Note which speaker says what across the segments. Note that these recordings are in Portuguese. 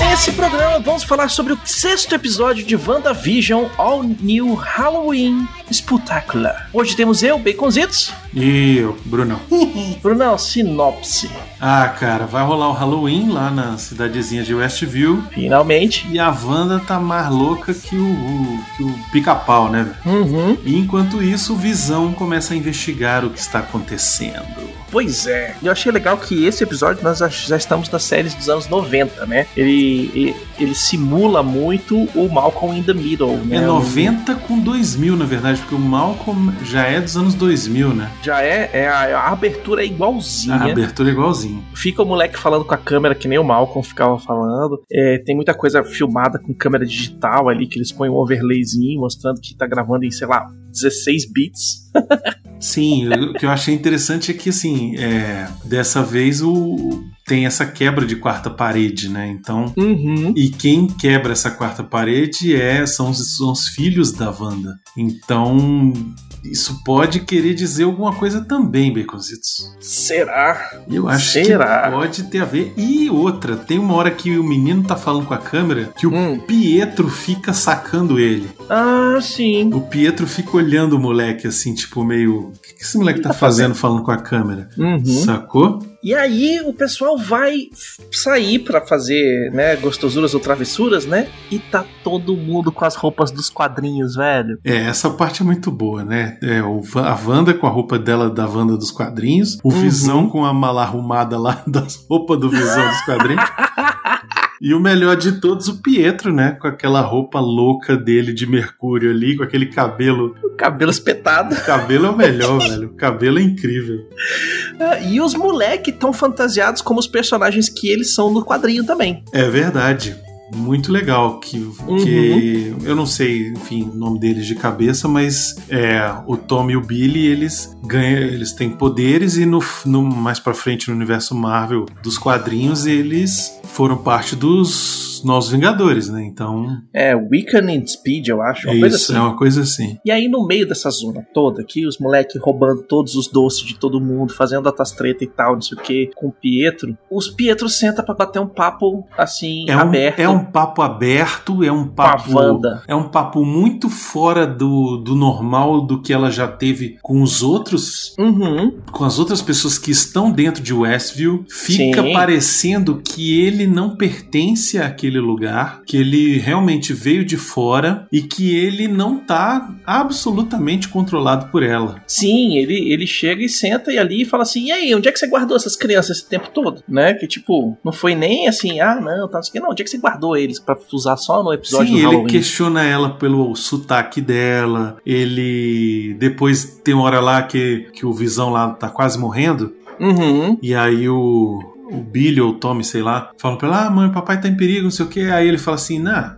Speaker 1: Nesse programa vamos falar sobre o sexto episódio de WandaVision All New Halloween Spectacular. Hoje temos eu, Baconzitos.
Speaker 2: E eu, Brunão.
Speaker 1: Brunão, sinopse.
Speaker 2: Ah, cara, vai rolar o Halloween lá na cidadezinha de Westview.
Speaker 1: Finalmente.
Speaker 2: E a Wanda tá mais louca que o, o- que o pica-pau, né? velho?
Speaker 1: Uhum.
Speaker 2: E enquanto isso, o Visão começa a investigar o que está acontecendo.
Speaker 1: Pois é. Eu achei legal que esse episódio nós já- já estamos nas séries dos anos 90, né? Ele, ele, ele simula muito o Malcolm in the Middle, né?
Speaker 2: É
Speaker 1: O-
Speaker 2: 90 com 2000, na verdade, porque o Malcolm já é dos anos 2000, né?
Speaker 1: Já é, é a, a abertura é igualzinha.
Speaker 2: A abertura é igualzinho.
Speaker 1: Fica o moleque falando com a câmera que nem o Malcolm ficava falando. É, tem muita coisa filmada com câmera digital ali, que eles põem um overlayzinho mostrando que tá gravando em, sei lá, 16 bits.
Speaker 2: Sim, o que eu achei interessante é que, assim, é, dessa vez o, tem essa quebra de quarta parede, né? Então,
Speaker 1: Uhum.
Speaker 2: E quem quebra essa quarta parede é são os, são os filhos da Wanda. Então, isso pode querer dizer alguma coisa também, Baconzitos.
Speaker 1: Será?
Speaker 2: Eu acho
Speaker 1: Será?
Speaker 2: que pode ter a ver. E outra, tem uma hora que o menino tá falando com a câmera que o
Speaker 1: Hum.
Speaker 2: Pietro fica sacando ele.
Speaker 1: Ah, sim.
Speaker 2: O Pietro fica olhando o moleque assim, tipo, meio. O que que esse moleque tá fazendo falando com a câmera?
Speaker 1: Uhum.
Speaker 2: Sacou?
Speaker 1: E aí o pessoal vai sair pra fazer, né, gostosuras ou travessuras, né? E tá todo mundo com as roupas dos quadrinhos, velho.
Speaker 2: É, essa parte é muito boa, né? É, o, Va- a Wanda com a roupa dela da Wanda dos quadrinhos, o
Speaker 1: Uhum.
Speaker 2: Visão com a mala arrumada lá das roupas do Visão dos quadrinhos. E o melhor de todos, o Pietro, né? Com aquela roupa louca dele de mercúrio ali, com aquele cabelo.
Speaker 1: Cabelo espetado.
Speaker 2: O cabelo é o melhor, velho. O cabelo é incrível.
Speaker 1: Ah, E os moleques tão fantasiados como os personagens que eles são no quadrinho também.
Speaker 2: É verdade. Muito legal. Que, que
Speaker 1: Uhum.
Speaker 2: eu não sei, enfim, o nome deles de cabeça, mas é, o Tom e o Billy, eles ganham, eles têm poderes e no, no- mais pra frente no universo Marvel dos quadrinhos, eles foram parte dos Novos Vingadores, né? Então,
Speaker 1: É, Weakening Speed, eu acho, uma
Speaker 2: é
Speaker 1: coisa
Speaker 2: isso,
Speaker 1: assim.
Speaker 2: é uma coisa assim.
Speaker 1: E aí, no meio dessa zona toda aqui, os moleques roubando todos os doces de todo mundo, fazendo atas treta e tal, não sei o que, com o Pietro. Os Pietro senta pra bater um papo, assim,
Speaker 2: É um,
Speaker 1: aberto.
Speaker 2: é um papo aberto, é um papo.
Speaker 1: Com a Wanda.
Speaker 2: É um papo muito fora do, do normal do que ela já teve com os outros
Speaker 1: Uhum.
Speaker 2: com as outras pessoas que estão dentro de Westview, fica
Speaker 1: Sim.
Speaker 2: parecendo que ele não pertence àquele lugar, que ele realmente veio de fora e que ele não tá absolutamente controlado por ela.
Speaker 1: Sim, ele, ele chega e senta e ali e fala assim: e aí, onde é que você guardou essas crianças esse tempo todo? Né? Que tipo, não foi nem assim, ah, não, tá, não sei o que, não, onde é que você guardou eles pra usar só no episódio
Speaker 2: Sim,
Speaker 1: do
Speaker 2: ele
Speaker 1: Halloween?
Speaker 2: questiona ela pelo sotaque dela. Ele depois tem uma hora lá que, que o Visão lá tá quase morrendo
Speaker 1: Uhum.
Speaker 2: E aí o, o Billy ou o Tommy, sei lá, falam pra ela, ah, mãe, papai tá em perigo, não sei o que. Aí ele fala assim, nah,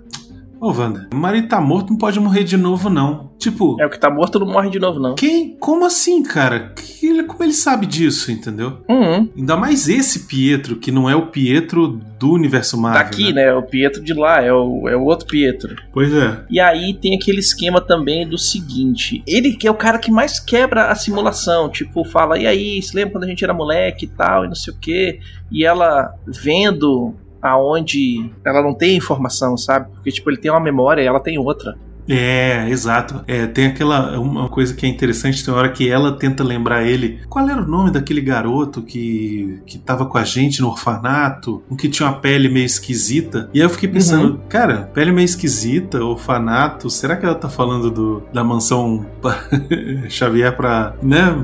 Speaker 2: ô Wanda, o marido tá morto, não pode morrer de novo, não. Tipo,
Speaker 1: É, o que tá morto não morre de novo, não.
Speaker 2: quem? Como assim, cara? Que- ele- como ele sabe disso, entendeu?
Speaker 1: Uhum.
Speaker 2: Ainda mais esse Pietro, que não é o Pietro do universo Marvel.
Speaker 1: Tá aqui, né? O Pietro de lá, é o, é o outro Pietro.
Speaker 2: Pois é.
Speaker 1: E aí tem aquele esquema também do seguinte: ele que é o cara que mais quebra a simulação. Tipo, fala, e aí, se lembra quando a gente era moleque e tal, e não sei o quê. E ela vendo aonde ela não tem informação, sabe? Porque, tipo, ele tem uma memória e ela tem outra.
Speaker 2: É, exato. É, tem aquela uma coisa que é interessante, tem uma hora que ela tenta lembrar ele. Qual era o nome daquele garoto que que tava com a gente no orfanato, um que tinha uma pele meio esquisita? E aí eu fiquei pensando,
Speaker 1: Uhum.
Speaker 2: cara, pele meio esquisita, orfanato, será que ela tá falando do da mansão Xavier pra, né,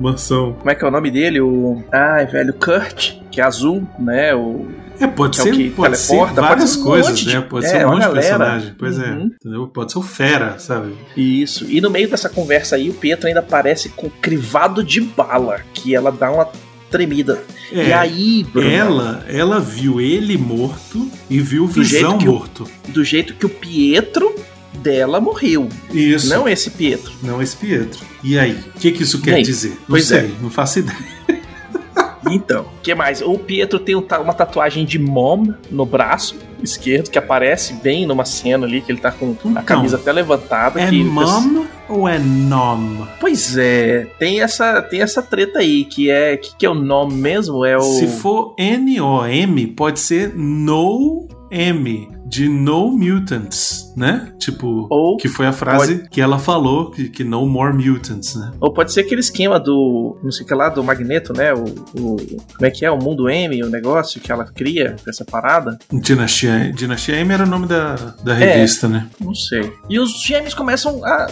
Speaker 2: mansão?
Speaker 1: Como é que é o nome dele? O. Ai, velho, Kurt, que é azul, né? O.
Speaker 2: É, pode
Speaker 1: Que é o
Speaker 2: ser,
Speaker 1: que
Speaker 2: pode ser
Speaker 1: teleporta, pode
Speaker 2: várias
Speaker 1: ser um
Speaker 2: coisas,
Speaker 1: monte de-
Speaker 2: né? Pode
Speaker 1: é,
Speaker 2: ser um
Speaker 1: uma
Speaker 2: monte de
Speaker 1: galera.
Speaker 2: personagem, pois é,
Speaker 1: Uhum.
Speaker 2: entendeu? Pode ser o Fera, sabe?
Speaker 1: Isso. E no meio dessa conversa aí, o Pietro ainda aparece com crivado de bala, que ela dá uma tremida.
Speaker 2: É.
Speaker 1: E aí, Bruno,
Speaker 2: Ela, ela viu ele morto e viu o
Speaker 1: Do jeito
Speaker 2: Visão
Speaker 1: que o-
Speaker 2: morto.
Speaker 1: do jeito que o Pietro dela morreu.
Speaker 2: Isso. Não, é
Speaker 1: Não é? esse Pietro.
Speaker 2: não esse Pietro. E aí? O que, que isso
Speaker 1: E
Speaker 2: quer
Speaker 1: aí?
Speaker 2: dizer? Não
Speaker 1: Pois é.
Speaker 2: sei, não faço ideia.
Speaker 1: Então, o que mais? O Pietro tem um ta- uma tatuagem de mom no braço esquerdo, que aparece bem numa cena ali, que ele tá com a
Speaker 2: Então,
Speaker 1: camisa até levantada.
Speaker 2: É
Speaker 1: que
Speaker 2: mom ou é nom?
Speaker 1: Pois é, tem essa, tem essa treta aí, que é. que, que é o nome mesmo? É o.
Speaker 2: Se for N-O-M, pode ser No M, de No Mutants, né? Tipo,
Speaker 1: Ou-
Speaker 2: que foi a frase que ela falou, que, que No More Mutants, né?
Speaker 1: Ou pode ser aquele esquema do. Não sei o que lá, do Magneto, né? O, o- como é que é? O mundo M, o negócio que ela cria com essa parada.
Speaker 2: Dinastia, Dinastia M era o nome da, da
Speaker 1: É.
Speaker 2: revista, né?
Speaker 1: Não sei. E os gêmeos começam a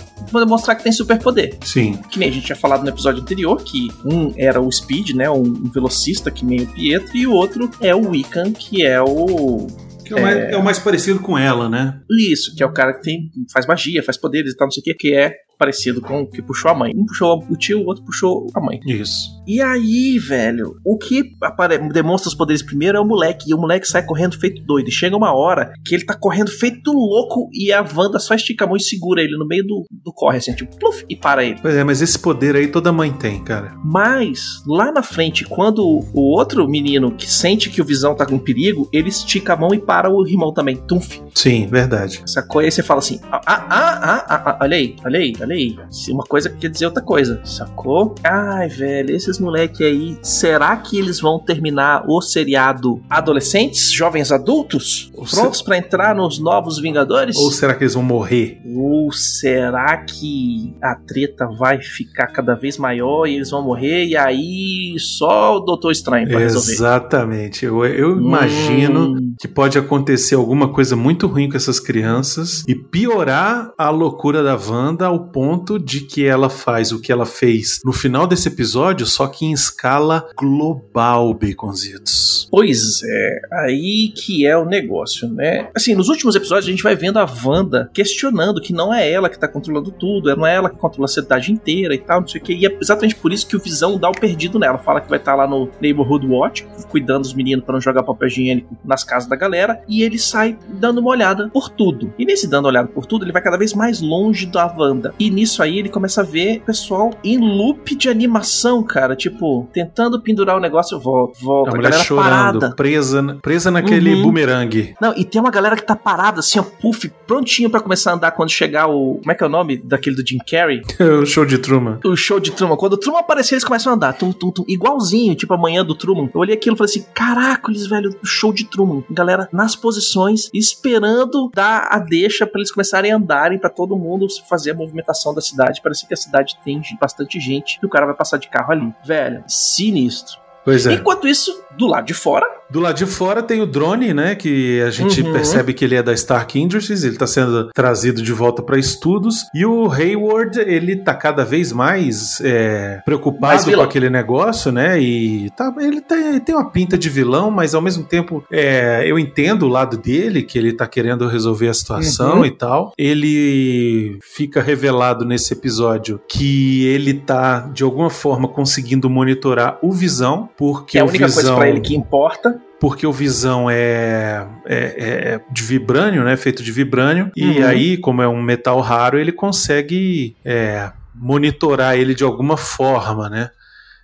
Speaker 1: mostrar que tem superpoder.
Speaker 2: Sim.
Speaker 1: Que nem a gente tinha falado no episódio anterior, que um era o Speed, né? Um velocista que meio Pietro, e o outro é o Wiccan, que é o.
Speaker 2: Que é, o mais, é o mais parecido com ela, né?
Speaker 1: Isso, que é o cara que tem, faz magia, faz poderes e tal, não sei o que, que é parecido com o que puxou a mãe. Um puxou o tio, o outro puxou a mãe.
Speaker 2: Isso.
Speaker 1: E aí, velho, o que apare- demonstra os poderes primeiro é o moleque. E o moleque sai correndo feito doido. E chega uma hora que ele tá correndo feito louco e a Wanda só estica a mão e segura ele no meio do, do corre, assim, tipo, pluf, e para ele.
Speaker 2: Pois é, mas esse poder aí toda mãe tem, cara.
Speaker 1: Mas, lá na frente, quando o outro menino que sente que o Visão tá com perigo, ele estica a mão e para o irmão também. Tumf.
Speaker 2: Sim, verdade.
Speaker 1: Sacou? E aí você fala assim: ah, ah, ah, ah, ah, olha aí, olha aí, olha aí. Se Uma coisa quer dizer outra coisa, sacou? Ai, velho, esses moleque aí, será que eles vão terminar o seriado adolescentes, jovens adultos?
Speaker 2: Ou se-
Speaker 1: prontos pra entrar nos novos Vingadores?
Speaker 2: Ou será que eles vão morrer?
Speaker 1: Ou será que a treta vai ficar cada vez maior e eles vão morrer e aí só o Doutor Estranho É pra resolver?
Speaker 2: Exatamente. Eu, eu imagino
Speaker 1: Hum,
Speaker 2: que pode acontecer alguma coisa muito ruim com essas crianças e piorar a loucura da Wanda ao ponto de que ela faz o que ela fez no final desse episódio, só que em escala global, Baconzitos.
Speaker 1: Pois é, aí que é o negócio, né? Assim, nos últimos episódios a gente vai vendo a Wanda questionando que não é ela que tá controlando tudo, não é ela que controla a cidade inteira e tal, não sei o que. E é exatamente por isso que o Visão dá o perdido nela. Fala que vai estar lá no Neighborhood Watch, cuidando dos meninos pra não jogar papel higiênico nas casas da galera, e ele sai dando uma olhada por tudo. E nesse dando uma olhada por tudo, ele vai cada vez mais longe da Wanda. E nisso aí ele começa a ver o pessoal em loop de animação, cara. Tipo, tentando pendurar o negócio, volta, volta.
Speaker 2: A mulher
Speaker 1: galera
Speaker 2: chorando,
Speaker 1: parada.
Speaker 2: presa, na- presa naquele
Speaker 1: Uhum.
Speaker 2: bumerangue.
Speaker 1: Não, e tem uma galera que tá parada, assim, ó, puff, prontinho pra começar a andar quando chegar o. Como é que é o nome daquele do Jim Carrey?
Speaker 2: o show de Truman.
Speaker 1: O show de Truman. Quando o Truman aparecer, eles começam a andar. Tum, tum, tum. Igualzinho, tipo amanhã do Truman. Eu olhei aquilo e falei assim: caracoles, velho, o show de Truman. Galera nas posições, esperando dar a deixa pra eles começarem a andarem, pra todo mundo fazer a movimentação da cidade. Parecia que a cidade tem ge- bastante gente e o cara vai passar de carro ali. Velho, sinistro.
Speaker 2: Pois é.
Speaker 1: Enquanto isso, do lado de fora,
Speaker 2: Do lado de fora tem o drone, né? Que a gente
Speaker 1: Uhum.
Speaker 2: percebe que ele é da Stark Industries, ele está sendo trazido de volta para estudos. E o Hayward, ele tá cada vez mais é,
Speaker 1: Mais
Speaker 2: preocupado com
Speaker 1: vilão.
Speaker 2: aquele negócio, né? E tá, ele, tá- ele tem uma pinta de vilão, mas ao mesmo tempo é, eu entendo o lado dele, que ele tá querendo resolver a situação
Speaker 1: Uhum.
Speaker 2: e tal. Ele fica revelado nesse episódio que ele tá, de alguma forma, conseguindo monitorar o Visão, porque
Speaker 1: que é a
Speaker 2: o
Speaker 1: única coisa
Speaker 2: Visão-
Speaker 1: pra ele que importa.
Speaker 2: porque o Visão é, é- é de vibrânio, né? Feito de vibrânio. E
Speaker 1: Uhum.
Speaker 2: aí, como é um metal raro, ele consegue é, monitorar ele de alguma forma, né?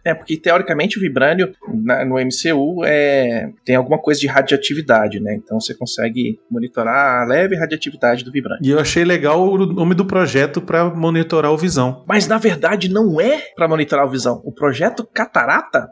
Speaker 1: É, porque teoricamente o vibrânio na- no MCU é, tem alguma coisa de radioatividade, né? Então você consegue monitorar a leve radioatividade do vibrânio.
Speaker 2: E eu achei legal o nome do projeto para monitorar o Visão.
Speaker 1: Mas na verdade não é pra monitorar o visão. O projeto Catarata,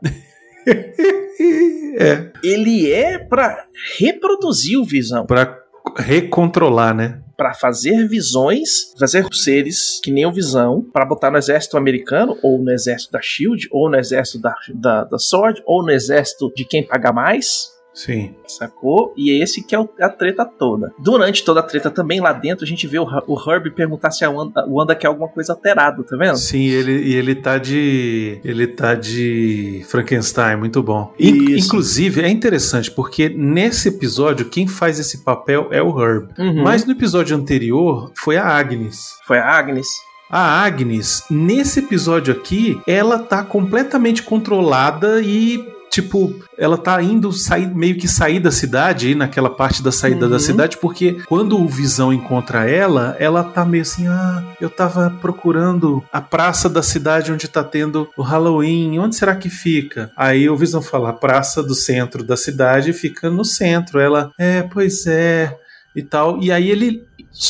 Speaker 2: É.
Speaker 1: ele é pra reproduzir o visão,
Speaker 2: Para recontrolar, né?
Speaker 1: Pra fazer visões, fazer seres que nem o visão, pra botar no exército americano ou no exército da Shield ou no exército da da, da Sword ou no exército de quem paga mais.
Speaker 2: Sim.
Speaker 1: Sacou? E esse que é o- a treta toda. Durante toda a treta também, lá dentro, a gente vê o, Her- o Herb perguntar se a Wanda, o Wanda quer alguma coisa alterada, tá vendo?
Speaker 2: Sim, e ele, e ele tá de. Ele tá de Frankenstein, muito bom. In-
Speaker 1: Isso.
Speaker 2: inclusive, é interessante, porque nesse episódio, quem faz esse papel é o Herb.
Speaker 1: Uhum.
Speaker 2: Mas no episódio anterior foi a Agnes.
Speaker 1: Foi a Agnes.
Speaker 2: A Agnes, nesse episódio aqui, ela tá completamente controlada e tipo, ela tá indo sair, meio que sair da cidade, aí naquela parte da saída
Speaker 1: Uhum.
Speaker 2: da cidade, porque quando o Visão encontra ela, ela tá meio assim, ah, eu tava procurando a praça da cidade onde tá tendo o Halloween, onde será que fica? Aí o Visão fala, a praça do centro da cidade fica no centro. Ela, é, pois é, e tal. E aí ele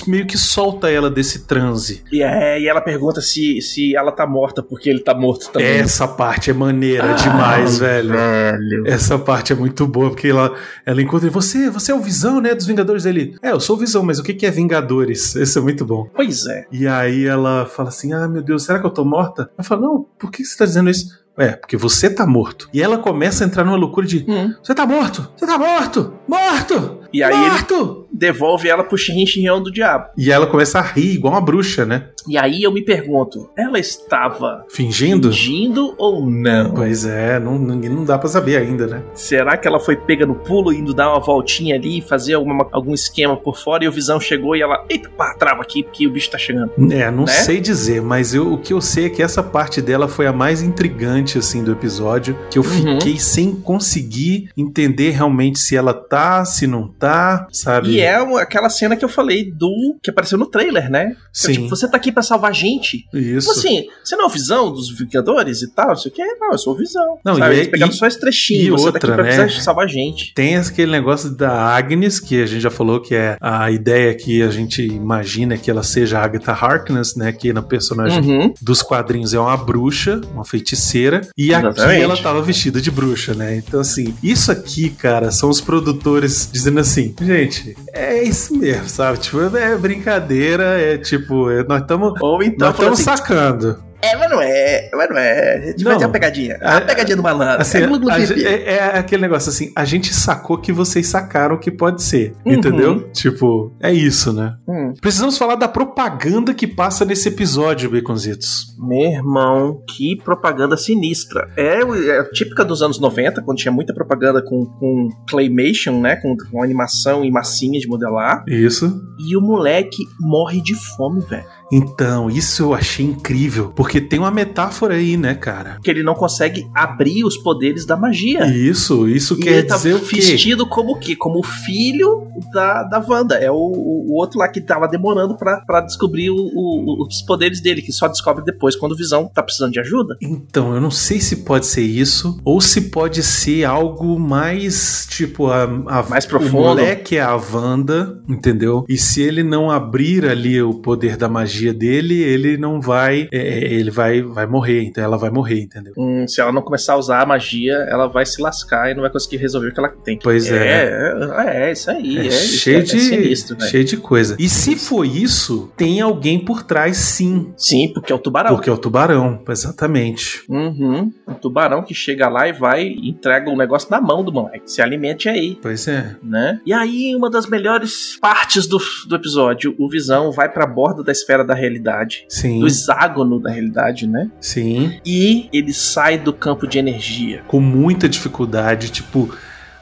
Speaker 2: meio que solta ela desse transe.
Speaker 1: E, é, e ela pergunta se, se ela tá morta, porque ele tá morto também.
Speaker 2: Essa parte é maneira
Speaker 1: Ah,
Speaker 2: demais, velho.
Speaker 3: Velho.
Speaker 2: Essa parte é muito boa, porque ela, ela encontra ele, você, você é o Visão, né, dos Vingadores dele. É, eu sou o Visão, mas o que que é Vingadores? Esse é muito bom.
Speaker 1: Pois é.
Speaker 2: E aí ela fala assim, ah, meu Deus, será que eu tô morta? Ela fala, não, por que você tá dizendo isso? É, porque você tá morto. E ela começa a entrar numa loucura de,
Speaker 1: Hum.
Speaker 2: você tá morto, você tá morto, morto,
Speaker 1: E aí ele
Speaker 2: morto.
Speaker 1: devolve ela pro xirrinchirrão do diabo.
Speaker 2: E ela começa a rir, igual uma bruxa, né?
Speaker 1: E aí eu me pergunto, ela estava
Speaker 2: Fingindo?
Speaker 1: fingindo ou não?
Speaker 2: Pois é, não, não, não dá pra saber ainda, né?
Speaker 1: Será que ela foi pega no pulo, indo dar uma voltinha ali, fazer alguma, algum esquema por fora, e o Visão chegou e ela, eita, pá, trava aqui, porque o bicho tá chegando.
Speaker 2: É, não
Speaker 1: Né?
Speaker 2: sei dizer, mas eu- o que eu sei é que essa parte dela foi a mais intrigante assim do episódio, que eu
Speaker 1: Uhum.
Speaker 2: fiquei sem conseguir entender realmente se ela tá, se não tá, sabe?
Speaker 1: E é uma- aquela cena que eu falei do. que apareceu no trailer, né? Que é
Speaker 2: Sim,
Speaker 1: Tipo, você tá aqui pra salvar a gente?
Speaker 2: isso.
Speaker 1: Tipo assim, você não é o Visão dos Vingadores e tal, não sei o que? Não, eu sou o Visão.
Speaker 2: Não,
Speaker 1: sabe?
Speaker 2: e é-
Speaker 1: Eles pegaram
Speaker 2: e-
Speaker 1: só esse trechinho,
Speaker 2: e
Speaker 1: você tá
Speaker 2: outra,
Speaker 1: aqui pra
Speaker 2: né?
Speaker 1: precisar salvar a gente.
Speaker 2: Tem aquele negócio da Agnes, que a gente já falou que é a ideia que a gente imagina que ela seja a Agatha Harkness, né? Que na personagem
Speaker 1: Uhum.
Speaker 2: dos quadrinhos é uma bruxa, uma feiticeira, e aqui
Speaker 1: Exatamente.
Speaker 2: ela tava vestida de bruxa, né? Então, assim, isso aqui, cara, são os produtores dizendo assim, gente, é isso mesmo, sabe? Tipo, é brincadeira, é tipo, é- nós estamos.
Speaker 1: Ou então,
Speaker 2: Nós
Speaker 1: falou
Speaker 2: estamos
Speaker 1: assim,
Speaker 2: sacando.
Speaker 1: é, mas não é, mas não é. A gente vai
Speaker 2: Não.
Speaker 1: ter uma pegadinha.
Speaker 2: A-
Speaker 1: A pegadinha do malandro.
Speaker 2: Assim,
Speaker 1: é, glu-glu-glu-glu.
Speaker 2: a gente- é- é aquele negócio assim, a gente sacou que vocês sacaram que pode ser,
Speaker 1: Uhum.
Speaker 2: entendeu? Tipo, é isso, né?
Speaker 1: Hum.
Speaker 2: Precisamos falar da propaganda que passa nesse episódio, Baconzitos.
Speaker 1: Meu irmão, que propaganda sinistra. É, é a típica dos anos 90, quando tinha muita propaganda com, com claymation, né? Com, com animação e massinha de modelar.
Speaker 2: Isso.
Speaker 1: E o moleque morre de fome, velho.
Speaker 2: Então, isso eu achei incrível, porque tem uma metáfora aí, né, cara?
Speaker 1: Porque ele não consegue abrir os poderes da magia.
Speaker 2: Isso, isso
Speaker 1: E
Speaker 2: quer
Speaker 1: ele tá
Speaker 2: dizer o quê?
Speaker 1: vestido como o quê? Como o filho da, da Wanda. É o, o, o outro lá que tava demorando pra, pra descobrir o- o- os poderes dele, que só descobre depois quando o Visão tá precisando de ajuda.
Speaker 2: Então, eu não sei se pode ser isso ou se pode ser algo mais tipo a, a
Speaker 1: Mais
Speaker 2: O
Speaker 1: profundo.
Speaker 2: moleque é a Wanda, entendeu? E se ele não abrir ali o poder da magia dele, ele não vai, é, é, ele vai, vai morrer. Então, ela vai morrer, entendeu?
Speaker 1: Hum, se ela não começar a usar a magia, ela vai se lascar e não vai conseguir resolver o que ela tem.
Speaker 2: Pois é.
Speaker 1: É, é, é isso aí. É, isso,
Speaker 2: cheio
Speaker 1: é- é
Speaker 2: de
Speaker 1: sinistro, né?
Speaker 2: cheio de coisa. E se for isso, tem alguém por trás, sim,
Speaker 1: Sim, porque é o tubarão.
Speaker 2: porque é o tubarão, exatamente.
Speaker 1: Uhum. O tubarão que chega lá e vai e entrega o negócio na mão do moleque. Se alimente aí.
Speaker 2: Pois é.
Speaker 1: Né? E aí, uma das melhores partes do, do episódio, o Visão vai pra borda da esfera da realidade,
Speaker 2: Sim.
Speaker 1: do hexágono da realidade, né?
Speaker 2: Sim.
Speaker 1: E ele sai do campo de energia.
Speaker 2: Com muita dificuldade, tipo,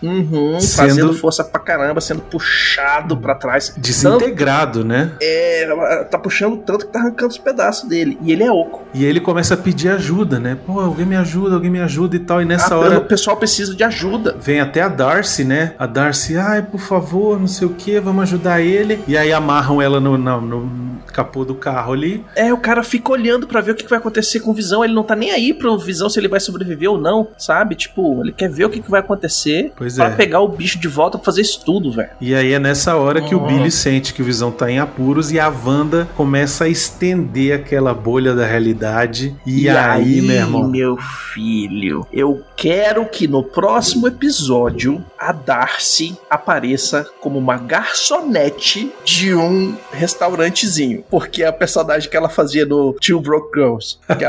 Speaker 1: Uhum,
Speaker 2: Sendo-
Speaker 1: fazendo força pra caramba, sendo puxado pra trás.
Speaker 2: desintegrado, né?
Speaker 1: É, tá puxando tanto que tá arrancando os pedaços dele. E ele é oco.
Speaker 2: E aí ele começa a pedir ajuda, né? Pô, alguém me ajuda, alguém me ajuda e tal. E nessa
Speaker 1: Ah, O
Speaker 2: hora
Speaker 1: pessoal precisa de ajuda.
Speaker 2: vem até a Darcy, né? A Darcy, ai, por favor, não sei o que, vamos ajudar ele. E aí amarram ela no, na- no capô do carro ali.
Speaker 1: É, o cara fica olhando pra ver o que que vai acontecer com o Visão. Ele não tá nem aí pro Visão se ele vai sobreviver ou não, sabe? Tipo, ele quer ver o que, que vai acontecer
Speaker 2: Pois
Speaker 1: pra
Speaker 2: é.
Speaker 1: pegar o bicho de volta pra fazer isso tudo, velho.
Speaker 2: E aí é nessa hora que o
Speaker 1: Uhum.
Speaker 2: Billy sente que o Visão tá em apuros e a Wanda começa a estender aquela bolha da realidade. E, aí, meu irmão?
Speaker 1: meu filho, eu quero que no próximo episódio a Darcy apareça como uma garçonete de um restaurantezinho. Porque é a personagem que ela fazia no Two Broke Girls, que ela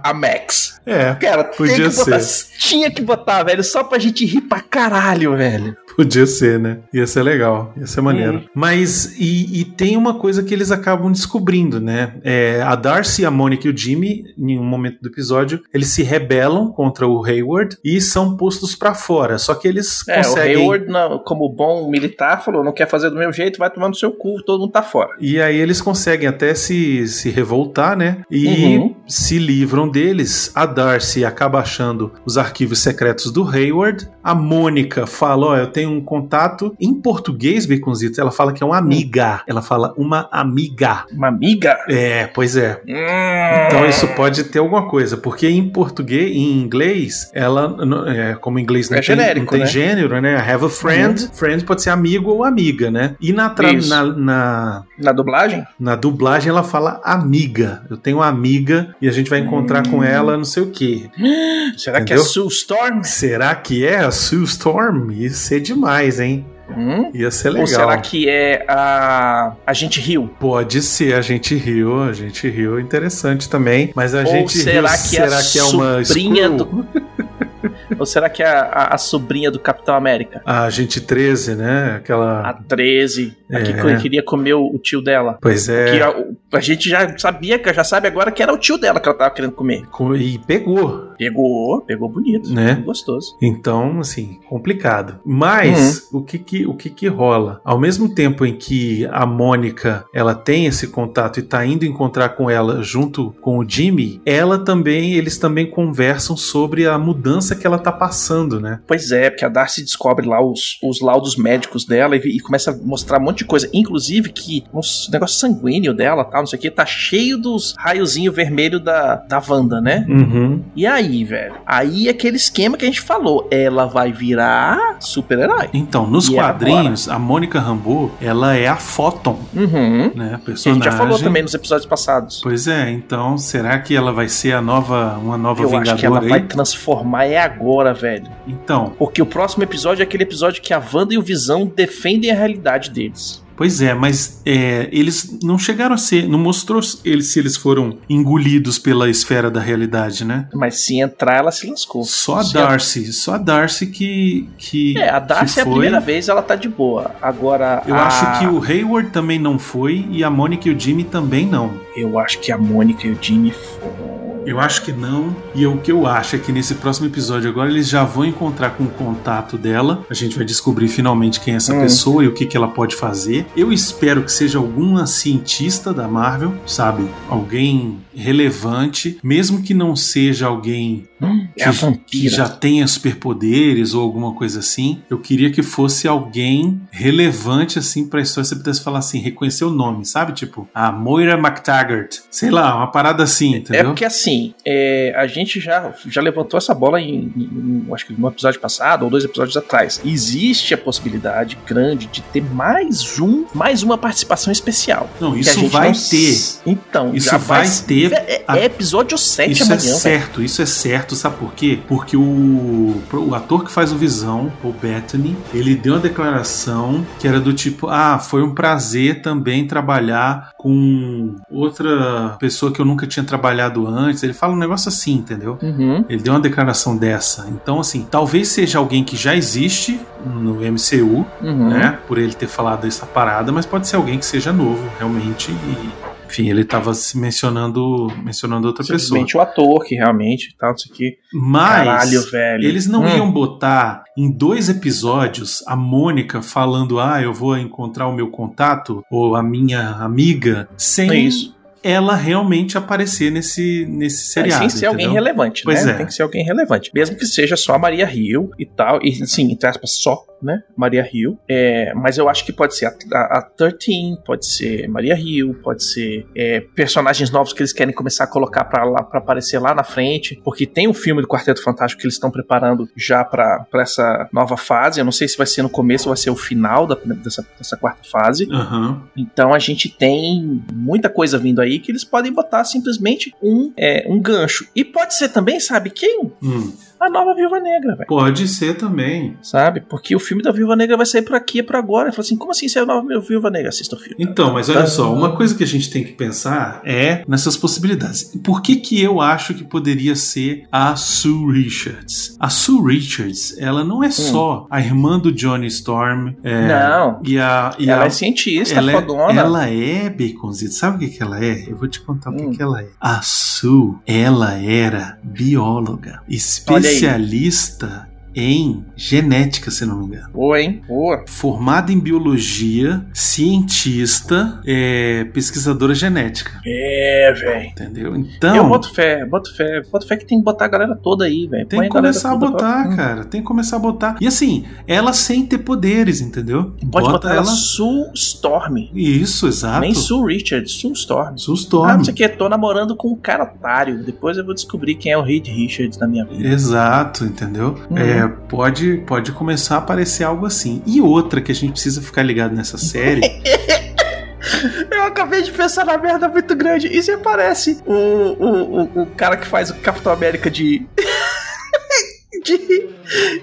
Speaker 1: era a Max.
Speaker 2: é,
Speaker 1: Cara, tem
Speaker 2: Podia
Speaker 1: que botar, tinha que botar, velho, só pra gente rir pra caralho, velho.
Speaker 2: Podia ser, né? Ia ser legal, ia ser maneiro.
Speaker 1: Uhum.
Speaker 2: Hum. Mas, e, e, tem uma coisa que eles acabam descobrindo, né? É, a Darcy, a Mônica e o Jimmy, em um momento do episódio, eles se rebelam contra o Hayward e são postos para fora. Só que eles é, conseguem.
Speaker 1: O Hayward, não, como bom militar, falou: não quer fazer do meu jeito, vai tomar no seu cu, todo mundo tá fora.
Speaker 2: E aí eles conseguem até se, se revoltar, né? E uhum. se livram deles. A Darcy acaba achando os arquivos secretos do Hayward. A Mônica fala: ó, oh, eu tenho um contato em português, Baconzito. Ela fala que é uma amiga. Ela fala uma amiga.
Speaker 1: Uma amiga?
Speaker 2: É, pois é. Hum. Então isso pode ter alguma coisa, porque em português, em inglês, ela, é, como inglês não, é tem, genérico, não tem né? gênero, né? I have a friend. Hum. Friend pode ser amigo ou amiga, né? E na, na,
Speaker 1: na, na. dublagem?
Speaker 2: Na dublagem ela fala amiga. Eu tenho uma amiga e a gente vai encontrar hum. com ela, não sei o quê.
Speaker 1: Será Entendeu? que é Sue Storm?
Speaker 2: Será que é a Sue Storm? Isso é demais, hein?
Speaker 1: Hum?
Speaker 2: Ia ser Tá legal.
Speaker 1: Ou será que é a. A gente riu?
Speaker 2: Pode ser, a gente riu, a gente riu, interessante também. Mas a Ou gente
Speaker 1: será
Speaker 2: riu,
Speaker 1: que será que é uma. Sobrinha do... Ou será que é a, a, a, sobrinha do Capitão América?
Speaker 2: A gente 13, né? Aquela.
Speaker 1: A 13. É. A que queria comer o, o tio dela.
Speaker 2: Pois é.
Speaker 1: A, a, gente já sabia, já sabe agora que era o tio dela que ela tava querendo comer.
Speaker 2: E pegou.
Speaker 1: Pegou, pegou bonito,
Speaker 2: né?
Speaker 1: Gostoso.
Speaker 2: Então, assim, complicado. Mas uhum. o que que o que que rola? Ao mesmo tempo em que a Mônica, ela tem esse contato e tá indo encontrar com ela junto com o Jimmy, ela também, eles também conversam sobre a mudança que ela tá passando, né?
Speaker 1: Pois é, porque a Darcy descobre lá os, os laudos médicos dela e, e começa a mostrar um monte de coisa, inclusive que o um negócio sanguíneo dela, tal, não sei o que, tá cheio dos raiozinho vermelho da, da Wanda, né?
Speaker 2: Uhum.
Speaker 1: E aí aí, velho. Aí é aquele esquema que a gente falou, ela vai virar super-herói.
Speaker 2: Então, nos e quadrinhos, a Mônica Rambeau, ela é a Photon,
Speaker 1: uhum.
Speaker 2: né? Personagem.
Speaker 1: Que a gente já falou também nos episódios passados.
Speaker 2: Pois é, então será que ela vai ser a nova, uma nova
Speaker 1: Eu
Speaker 2: Vingadora?
Speaker 1: Acho que ela
Speaker 2: aí?
Speaker 1: vai transformar é agora, velho.
Speaker 2: Então.
Speaker 1: Porque o próximo episódio é aquele episódio que a Wanda e o Visão defendem a realidade deles.
Speaker 2: Pois é, mas é, eles não chegaram a ser. Não mostrou eles se eles foram engolidos pela esfera da realidade, né?
Speaker 1: Mas se entrar, ela se lascou.
Speaker 2: Só
Speaker 1: se
Speaker 2: a Darcy. Só a Darcy que. que
Speaker 1: é, a Darcy é foi. a primeira Ah. vez, ela tá de boa. Agora.
Speaker 2: Eu
Speaker 1: a...
Speaker 2: acho que o Hayward também não foi e a Mônica e o Jimmy também não.
Speaker 1: Eu acho que a Mônica e o Jimmy foram.
Speaker 2: Eu acho que não. E o que eu acho é que nesse próximo episódio agora eles já vão encontrar com o contato dela. A gente vai descobrir finalmente quem é essa hum. pessoa e o que, que ela pode fazer. Eu espero que seja alguma cientista da Marvel, sabe? Alguém relevante, mesmo que não seja alguém
Speaker 1: hum, que, é
Speaker 2: que, já tenha superpoderes ou alguma coisa assim. Eu queria que fosse alguém relevante assim para a história. Você pudesse falar assim, reconhecer o nome, sabe? Tipo, a Moira McTaggart. Sei lá, uma parada assim, entendeu?
Speaker 1: É porque assim assim, é, a gente já, já levantou essa bola em, em, em, acho que no episódio passado ou dois episódios atrás. Existe a possibilidade grande de ter mais um, mais uma participação especial.
Speaker 2: Não, isso vai não... ter.
Speaker 1: Então,
Speaker 2: isso vai, vai ter.
Speaker 1: É, é, episódio 7
Speaker 2: isso
Speaker 1: amanhã.
Speaker 2: Isso é certo, véio. isso é certo, sabe por quê? Porque o, o ator que faz o Visão, o Bethany, ele deu uma declaração que era do tipo: ah, foi um prazer também trabalhar com outra pessoa que eu nunca tinha trabalhado antes. Ele fala um negócio assim, entendeu?
Speaker 1: Uhum.
Speaker 2: Ele deu uma declaração dessa. Então, assim, talvez seja alguém que já existe no MCU,
Speaker 1: uhum.
Speaker 2: né? Por ele ter falado essa parada, mas pode ser alguém que seja novo, realmente. E enfim, ele estava se mencionando, mencionando outra
Speaker 1: Simplesmente
Speaker 2: pessoa.
Speaker 1: o ator que realmente tal, isso aqui.
Speaker 2: Mas
Speaker 1: Caralho, velho.
Speaker 2: eles não hum. iam botar em dois episódios a Mônica falando: "Ah, eu vou encontrar o meu contato ou a minha amiga" sem
Speaker 1: é isso
Speaker 2: ela realmente aparecer nesse, nesse seriado.
Speaker 1: É, sem ser
Speaker 2: entendeu?
Speaker 1: alguém relevante,
Speaker 2: pois
Speaker 1: né?
Speaker 2: É.
Speaker 1: Tem que ser alguém relevante. Mesmo que seja só a Maria Rio e tal, e assim, entre aspas, só, né? Maria Rio. É, mas eu acho que pode ser a, a, a 13, pode ser Maria Rio, pode ser é, personagens novos que eles querem começar a colocar para lá para aparecer lá na frente, porque tem um filme do Quarteto Fantástico que eles estão preparando já para essa nova fase. Eu não sei se vai ser no começo ou vai ser o final da, dessa, dessa quarta fase.
Speaker 2: Uhum.
Speaker 1: Então a gente tem muita coisa vindo aí que eles podem botar simplesmente um, é, um gancho. E pode ser também, sabe quem?
Speaker 2: Hum.
Speaker 1: a nova Viúva Negra, velho.
Speaker 2: Pode ser também.
Speaker 1: Sabe? Porque o filme da Viúva Negra vai sair pra aqui e pra agora. Fala assim, como assim saiu a nova Viúva Negra? Assista o filme.
Speaker 2: Então, mas
Speaker 1: Tá.
Speaker 2: olha só, uma coisa que a gente tem que pensar é nessas possibilidades. Por que que eu acho que poderia ser a Sue Richards? A Sue Richards, ela
Speaker 1: Hum.
Speaker 2: não é só a irmã do Johnny Storm. é,
Speaker 1: Não.
Speaker 2: E a, e
Speaker 1: ela
Speaker 2: a-
Speaker 1: é cientista,
Speaker 2: ela,
Speaker 1: fodona.
Speaker 2: é, ela é baconzito. Sabe o que, que ela é? Eu vou te contar o
Speaker 1: Hum.
Speaker 2: que, que ela é. A Sue, ela era bióloga,
Speaker 1: Olha aí.
Speaker 2: especialista em genética, se não me engano.
Speaker 1: Boa, hein? Boa.
Speaker 2: Formada em biologia, cientista, é, pesquisadora genética.
Speaker 1: É, velho.
Speaker 2: Entendeu? Então.
Speaker 1: Eu boto fé, boto fé. Boto fé que tem que botar a galera toda aí, velho.
Speaker 2: Tem
Speaker 1: Põe
Speaker 2: que
Speaker 1: galera
Speaker 2: começar a
Speaker 1: toda
Speaker 2: botar,
Speaker 1: pra- Hum.
Speaker 2: cara. Tem que começar a botar. E assim, ela sem ter poderes, entendeu?
Speaker 1: Pode botar ela Sue Storm.
Speaker 2: Isso, exato.
Speaker 1: Nem Sue Richard, Sue Storm.
Speaker 2: Sue
Speaker 1: Ah,
Speaker 2: Storm.
Speaker 1: não sei o que, tô namorando com um cara otário. Depois eu vou descobrir quem é o Reed Richards na minha vida.
Speaker 2: Exato, entendeu?
Speaker 1: Uhum.
Speaker 2: É, pode, pode começar a aparecer algo assim. E outra que a gente precisa ficar ligado nessa série.
Speaker 1: Eu acabei de pensar na merda muito grande. E você parece o, o, o, o cara que faz o Capitão América de. de.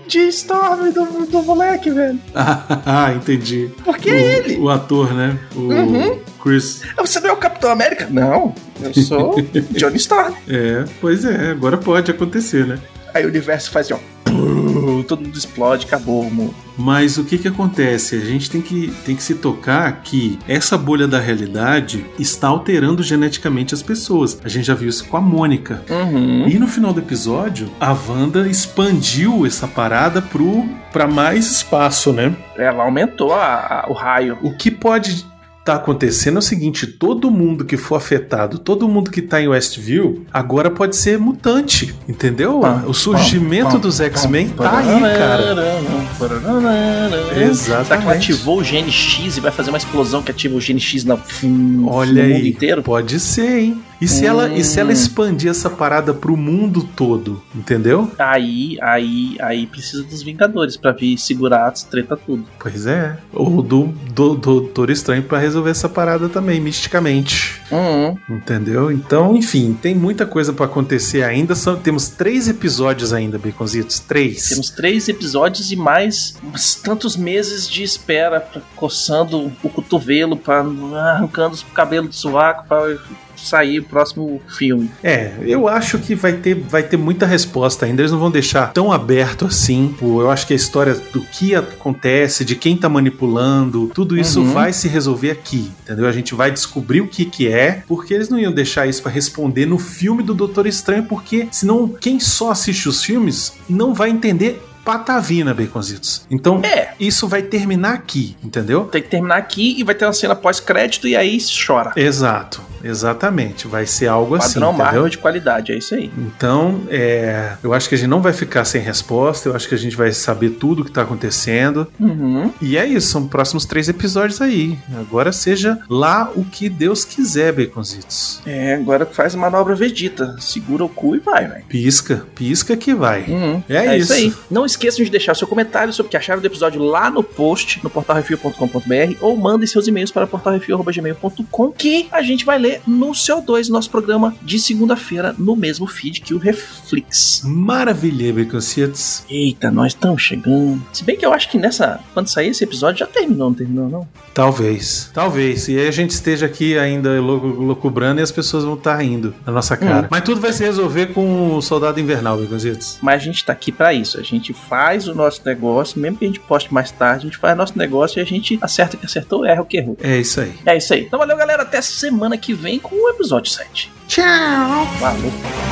Speaker 1: de Storm do, do moleque, velho.
Speaker 2: ah, entendi.
Speaker 1: Porque
Speaker 2: o,
Speaker 1: é ele.
Speaker 2: o ator, né? O
Speaker 1: Uhum.
Speaker 2: Chris.
Speaker 1: Você não é o Capitão América? Não, eu sou Johnny Storm.
Speaker 2: É, pois é, agora pode acontecer, né?
Speaker 1: Aí o universo faz assim, ó. pum, Todo mundo explode, acabou, amor.
Speaker 2: Mas o que que acontece? A gente tem que, tem que se tocar que essa bolha da realidade está alterando geneticamente as pessoas. A gente já viu isso com a Mônica.
Speaker 1: Uhum.
Speaker 2: E no final do episódio, a Wanda expandiu essa parada pro, pra mais espaço, né?
Speaker 1: Ela aumentou a- a- o raio.
Speaker 2: O que pode estar acontecendo é o seguinte: todo mundo que for afetado, todo mundo que tá em Westview, agora pode ser mutante, entendeu?
Speaker 1: Pá,
Speaker 2: o surgimento
Speaker 1: pá,
Speaker 2: dos X-Men tá aí, cara. Exatamente.
Speaker 1: Será que ela ativou o gene X e vai fazer uma explosão que ativa o gene X na, no
Speaker 2: Olha
Speaker 1: mundo
Speaker 2: aí,
Speaker 1: inteiro?
Speaker 2: pode ser, hein? E se, ela, e se ela
Speaker 1: Hum.
Speaker 2: expandir essa parada pro mundo todo, entendeu?
Speaker 1: Aí, aí, aí precisa dos Vingadores pra vir segurar as treta tudo.
Speaker 2: Pois é. Ou do, do, do Doutor Estranho pra resolver essa parada também, misticamente. Entendeu? Então, enfim, tem muita coisa pra acontecer ainda. São, temos três episódios ainda, Baconzitos. Três.
Speaker 1: Temos três episódios e mais uns tantos meses de espera, pra- coçando o cotovelo, pra, arrancando os cabelos do sovaco pra sair o próximo filme.
Speaker 2: É, eu acho que vai ter, vai ter muita resposta ainda. Eles não vão deixar tão aberto assim. Pô, Eu acho que a história do que acontece, de quem tá manipulando, tudo isso
Speaker 1: Uhum.
Speaker 2: vai se resolver aqui, entendeu? A gente vai descobrir o que que é, porque eles não iam deixar isso pra responder no filme do Doutor Estranho, porque senão quem só assiste os filmes não vai entender patavina, Baconzitos. Então,
Speaker 1: É.
Speaker 2: isso vai terminar aqui, entendeu?
Speaker 1: Tem que terminar aqui e vai ter uma cena pós-crédito e aí chora.
Speaker 2: Exato, exatamente. Vai ser algo
Speaker 1: Padrão
Speaker 2: assim, entendeu?
Speaker 1: Marvel de qualidade, é isso aí.
Speaker 2: Então, é, eu acho que a gente não vai ficar sem resposta, eu acho que a gente vai saber tudo o que tá acontecendo.
Speaker 1: Uhum.
Speaker 2: E é isso, são os próximos três episódios aí. Agora seja lá o que Deus quiser, Baconzitos.
Speaker 1: É, agora faz a manobra Vegeta. Segura o cu e vai, velho.
Speaker 2: Pisca, pisca que vai.
Speaker 1: Uhum.
Speaker 2: É isso.
Speaker 1: Não esqueçam de deixar seu comentário sobre o que acharam do episódio lá no post, no portalrefil.com.br, ou mandem seus e-mails para portalrefil.gmail.com, que a gente vai ler no CO2, nosso programa de segunda-feira, no mesmo feed que o Reflex.
Speaker 2: Maravilha, Baconzitos.
Speaker 1: Eita, nós estamos chegando. Se bem que eu acho que nessa. Quando sair esse episódio já terminou, não terminou, não?
Speaker 2: Talvez, talvez. E aí a gente esteja aqui ainda locu- locubrando e as pessoas vão estar rindo na nossa cara. Mas tudo vai se resolver com o Soldado Invernal, Baconzitos.
Speaker 1: Mas a gente tá aqui pra isso. A gente faz o nosso negócio, mesmo que a gente poste mais tarde, a gente faz nosso negócio e a gente acerta o que acertou, erra o que errou.
Speaker 2: É isso aí.
Speaker 1: É isso aí. Então valeu, galera. Até semana que vem com o episódio 7.
Speaker 2: Tchau!
Speaker 1: Valeu.